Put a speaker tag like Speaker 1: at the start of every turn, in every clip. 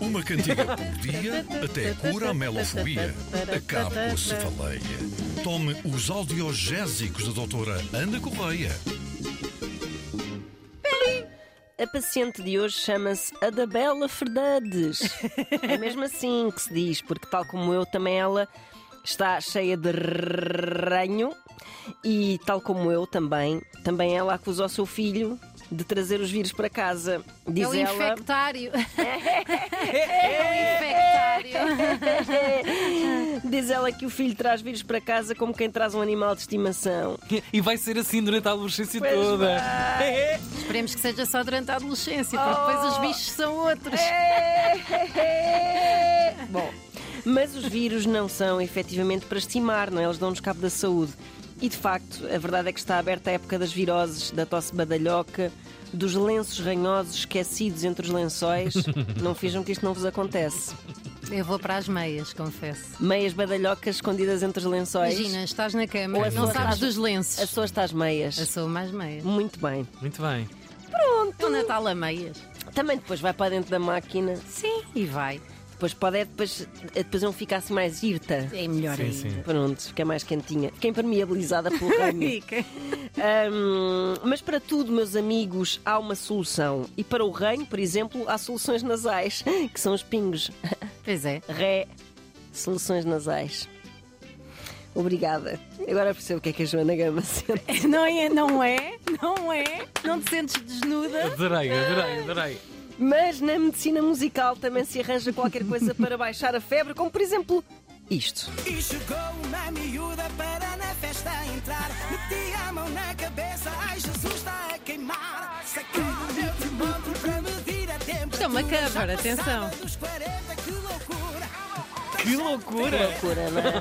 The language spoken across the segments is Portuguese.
Speaker 1: Uma cantiga por dia até cura a melofobia. Acabe com a cefaleia. Tome os audiogésicos da doutora Ana Correia.
Speaker 2: A paciente de hoje chama-se Adabela Fernandes. É mesmo assim que se diz, porque tal como eu, também ela está cheia de ranho e tal como eu também, também ela acusa o seu filho de trazer os vírus para casa. Diz
Speaker 3: É o
Speaker 2: ela.
Speaker 3: infectário. É o infectário.
Speaker 2: Diz ela que o filho traz vírus para casa como quem traz um animal de estimação.
Speaker 4: E vai ser assim durante a adolescência
Speaker 2: Pois
Speaker 4: toda.
Speaker 3: Esperemos que seja só durante a adolescência, porque depois os bichos são outros.
Speaker 2: Bom, mas os vírus não são efetivamente para estimar, não é? Eles dão-nos cabo da saúde. E de facto, a verdade é que está aberta a época das viroses, da tosse badalhoca, dos lenços ranhosos esquecidos entre os lençóis. não fijam que isto não vos acontece.
Speaker 3: Eu vou para as meias, confesso.
Speaker 2: Meias badalhocas escondidas entre os lençóis.
Speaker 3: Imagina, estás na cama,
Speaker 2: Ou a
Speaker 3: não
Speaker 2: sua-
Speaker 3: sabes dos
Speaker 2: A
Speaker 3: lenços.
Speaker 2: sua está às meias.
Speaker 3: Eu sou mais meias.
Speaker 2: Muito bem.
Speaker 4: Muito bem.
Speaker 3: É o Natal a meias.
Speaker 2: Também depois vai para dentro da máquina.
Speaker 3: Sim, e vai.
Speaker 2: Depois pode é depois, depois não fica assim mais irta.
Speaker 3: É melhor
Speaker 4: Sim,
Speaker 3: ainda.
Speaker 4: sim.
Speaker 2: Pronto, fica mais quentinha. Fica impermeabilizada pelo ranho.
Speaker 3: Fica.
Speaker 2: Ahm, mas para tudo, meus amigos, há uma solução. E para o ranho, por exemplo, há soluções nasais, que são os pingos.
Speaker 3: Pois é.
Speaker 2: Ré, soluções nasais. Obrigada. Agora percebo o que é que a Joana Gama sente.
Speaker 3: Não é, não é, não é. Não te sentes desnuda.
Speaker 4: Adorei, adorei, adorei.
Speaker 2: Mas na medicina musical também se arranja qualquer coisa para baixar a febre, como por exemplo isto.
Speaker 5: E chegou uma miúda para na festa entrar. Meti a mão na cabeça, ai Jesus está a queimar. Saquei o meu termómetro para medir a temperatura.
Speaker 3: Isto é uma cover,
Speaker 5: Já
Speaker 3: atenção.
Speaker 5: passava dos 40, que loucura.
Speaker 4: Que loucura!
Speaker 2: Loucura, não é?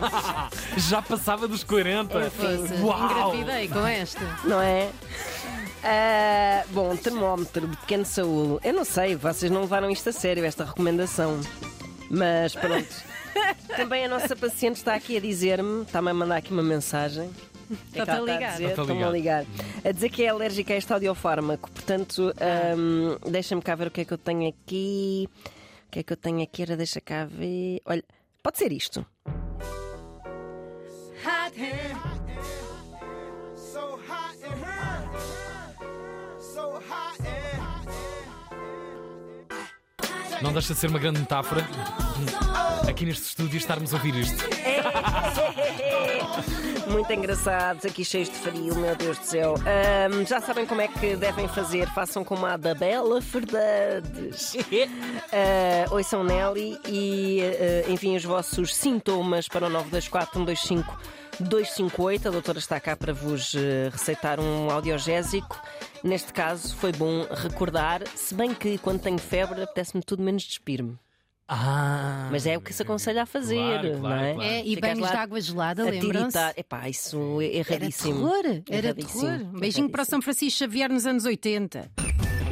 Speaker 4: Já passava dos 40.
Speaker 3: Fosse.
Speaker 4: Uau!
Speaker 3: Engravidei com esta.
Speaker 2: não é? Ah, bom, termómetro de pequeno Saúl. Eu não sei, vocês não levaram isto a sério, esta recomendação. Mas pronto. Também a nossa paciente está aqui a dizer-me, está-me a mandar aqui uma mensagem. O que é que
Speaker 3: Está-te a
Speaker 2: ela
Speaker 3: ligar.
Speaker 2: dizer?
Speaker 4: Está-te a
Speaker 2: Está-me a ligar. A dizer que é alérgica a este audiofármaco. Portanto, hum, deixa-me cá ver o que é que eu tenho aqui. O que é que eu tenho aqui? Era, deixa cá ver. Olha, pode ser isto.
Speaker 3: Hot hair.
Speaker 5: So hot it hurts. So hot it
Speaker 4: Não deixa de ser uma grande metáfora. Aqui neste estúdio estarmos a ouvir isto.
Speaker 2: Muito engraçados, aqui cheios de frio, meu Deus do céu. Ahm, já sabem como é que devem fazer, façam como a da Bela Fernandes. Uh, ouçam Nelly e ah, enviem os vossos sintomas para o 924 125 258. A doutora está cá para vos eh, receitar um audiogésico. Neste caso, foi bom recordar, se bem que quando tenho febre apetece-me tudo menos despir-me.
Speaker 4: Ah!
Speaker 2: Mas é o que se aconselha a fazer,
Speaker 4: Claro, claro,
Speaker 2: não é?
Speaker 4: claro.
Speaker 3: É, e
Speaker 2: Ficas
Speaker 3: banhos
Speaker 2: lá
Speaker 3: de água gelada,
Speaker 2: a
Speaker 3: lembram-se?
Speaker 2: tiritar. Epá, isso é
Speaker 3: Era
Speaker 2: erradíssimo.
Speaker 3: terror, era
Speaker 2: Erradíssimo, É
Speaker 3: terror. Um beijinho para o
Speaker 2: erradíssimo.
Speaker 3: São Francisco Xavier nos anos 80.